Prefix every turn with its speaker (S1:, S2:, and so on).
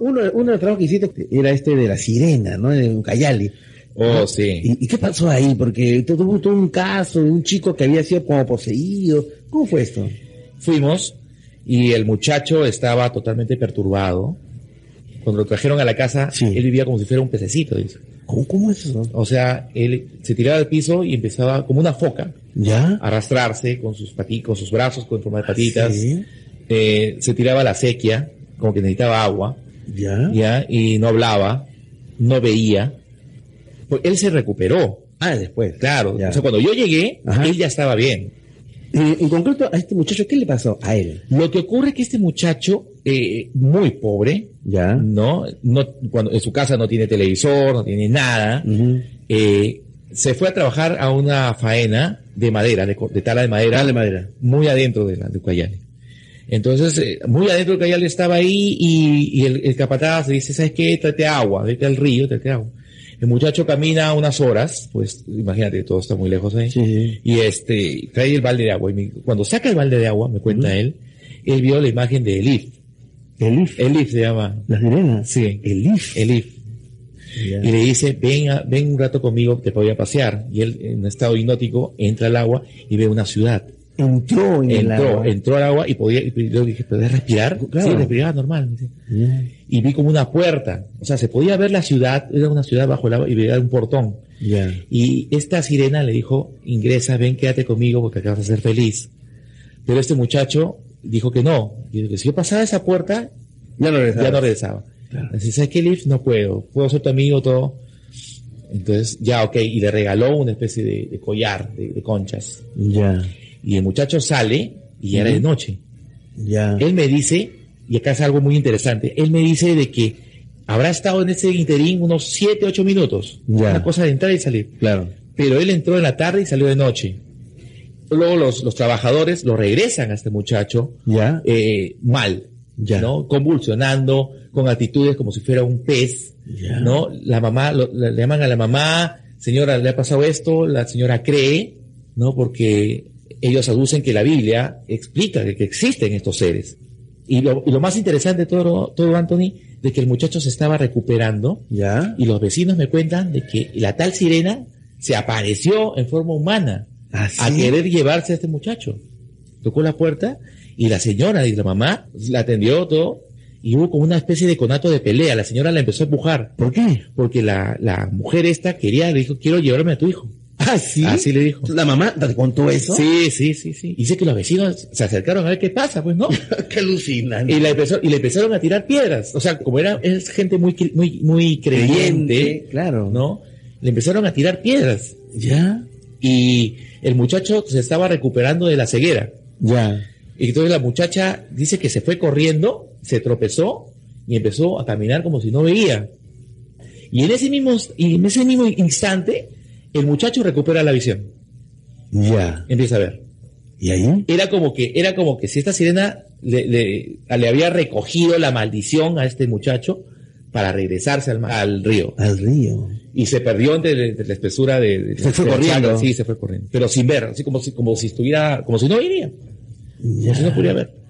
S1: uno, uno de los trabajos que hiciste era este de la sirena, ¿no? De Ucayali.
S2: Oh, sí.
S1: ¿Y, y qué pasó ahí? Porque tu- tuvo tuvo un caso de un chico que había sido como poseído. ¿Cómo fue esto?
S2: Fuimos y el muchacho estaba totalmente perturbado. Cuando lo trajeron a la casa,
S1: Sí.
S2: él vivía como si fuera un pececito, dice.
S1: ¿Cómo, cómo es eso?
S2: O sea, él se tiraba al piso y empezaba como una foca
S1: ¿Ya?
S2: a arrastrarse con sus pati- con sus brazos con forma de patitas.
S1: Sí,
S2: Eh, se tiraba a la sequía, como que necesitaba agua,
S1: ¿Ya?
S2: ¿ya? Y no hablaba, no veía. Pues él se recuperó,
S1: Ah, después.
S2: claro.
S1: Ya.
S2: O sea, cuando yo llegué,
S1: Ajá.
S2: él ya estaba bien.
S1: Eh, en concreto, a este muchacho, ¿qué le pasó a él?
S2: Lo que ocurre es que este muchacho, eh, muy pobre,
S1: ¿Ya?
S2: ¿no? no cuando, en su casa no tiene televisor, no tiene nada.
S1: Ujú.
S2: eh, se fue a trabajar a una faena de madera, de, co- de tala de madera,
S1: Dale madera.
S2: muy adentro de, la, de Ucayali. Entonces, eh, muy adentro de Ucayali estaba ahí y, y el, el capataz le dice, ¿sabes qué? Trate agua, vete al río, trate agua. El muchacho camina unas horas, pues imagínate, todo está muy lejos ahí.
S1: Sí, sí.
S2: Y este, trae el balde de agua. Y me- cuando saca el balde de agua, me cuenta él, él vio la imagen de Elif.
S1: Elif.
S2: Elif se llama.
S1: E,
S2: Eh,
S1: La sirena.
S2: Sí.
S1: Elif.
S2: Elif.
S1: E.
S2: Y le dice, ven, a- ven un rato conmigo, te voy a pasear. Y él, en estado hipnótico, entra al agua y ve una ciudad.
S1: Entró en el
S2: Entró,
S1: agua.
S2: entró al agua y podía, y yo dije, ¿podés respirar?
S1: Claro.
S2: Sí, respiraba normal. dice.
S1: Ya.
S2: Y vi como una puerta. O sea, se podía ver la ciudad, era una ciudad bajo el agua y veía un portón.
S1: Ya.
S2: Y esta sirena le dijo, ingresa, ven, quédate conmigo porque acá vas a ser feliz. Pero este muchacho dijo que no. Dijo que si yo pasaba esa puerta,
S1: Ya no regresaba.
S2: ya no regresaba. Así, ¿sabes qué, Liv? No puedo. Puedo ser tu amigo, todo. Entonces, ya, ok. Y le regaló una especie de, de collar de, de conchas.
S1: Ya.
S2: Y el muchacho sale y ya era de noche.
S1: Ya.
S2: Él me dice, y acá es algo muy interesante, él me dice de que habrá estado en ese interín unos 7, 8 minutos.
S1: Ya.
S2: Una cosa de entrar y salir.
S1: Claro.
S2: Pero él entró en la tarde y salió de noche. Luego los, los trabajadores lo regresan a este muchacho
S1: Ya.
S2: eh, mal,
S1: Ya.
S2: ¿no? Convulsionando, con actitudes como si fuera un pez,
S1: Ya.
S2: ¿no? La mamá, lo- le le llaman a la mamá, señora, le ha pasado esto, la señora cree, ¿no? Porque ellos aducen que la Biblia explica que, que existen estos seres. Y lo, y lo más interesante de todo, todo, Anthony, de que el muchacho se estaba recuperando
S1: Ya.
S2: y los vecinos me cuentan de que la tal sirena se apareció en forma humana
S1: Así.
S2: a querer llevarse a este muchacho. Tocó la puerta y la señora y la mamá la atendió todo y hubo como una especie de conato de pelea. La señora la empezó a empujar
S1: ¿Por qué?
S2: porque la, la mujer esta quería, le dijo, quiero llevarme a tu hijo.
S1: Así.
S2: Así le dijo.
S1: Ah, ¿La mamá te contó eso?
S2: Sí, sí, sí, sí. Dice que los vecinos se acercaron a ver qué pasa, pues no.
S1: qué alucinante.
S2: Y, la empezó- y le empezaron a tirar piedras. O sea, como era, es gente muy, cre- muy, muy creyente,
S1: Claro.
S2: ¿no? Le empezaron a tirar piedras.
S1: Ya.
S2: Y el muchacho se estaba recuperando de la ceguera.
S1: Ya.
S2: Y entonces la muchacha dice que se fue corriendo, se tropezó y empezó a caminar como si no veía. Y en ese mismo, y en ese mismo instante, el muchacho recupera la visión,
S1: Ya.
S2: empieza a ver.
S1: ¿Y ahí?
S2: Era como que, era como que si esta sirena le, le- le había recogido la maldición a este muchacho para regresarse al, ma- al río.
S1: Al río.
S2: Y se perdió entre, entre la espesura de, de-
S1: Se fue
S2: de la
S1: corriendo.
S2: chagra. Sí, se fue corriendo. Pero sin ver, así como si, como si estuviera, como si no iría, como
S1: Ya.
S2: si no pudiera ver.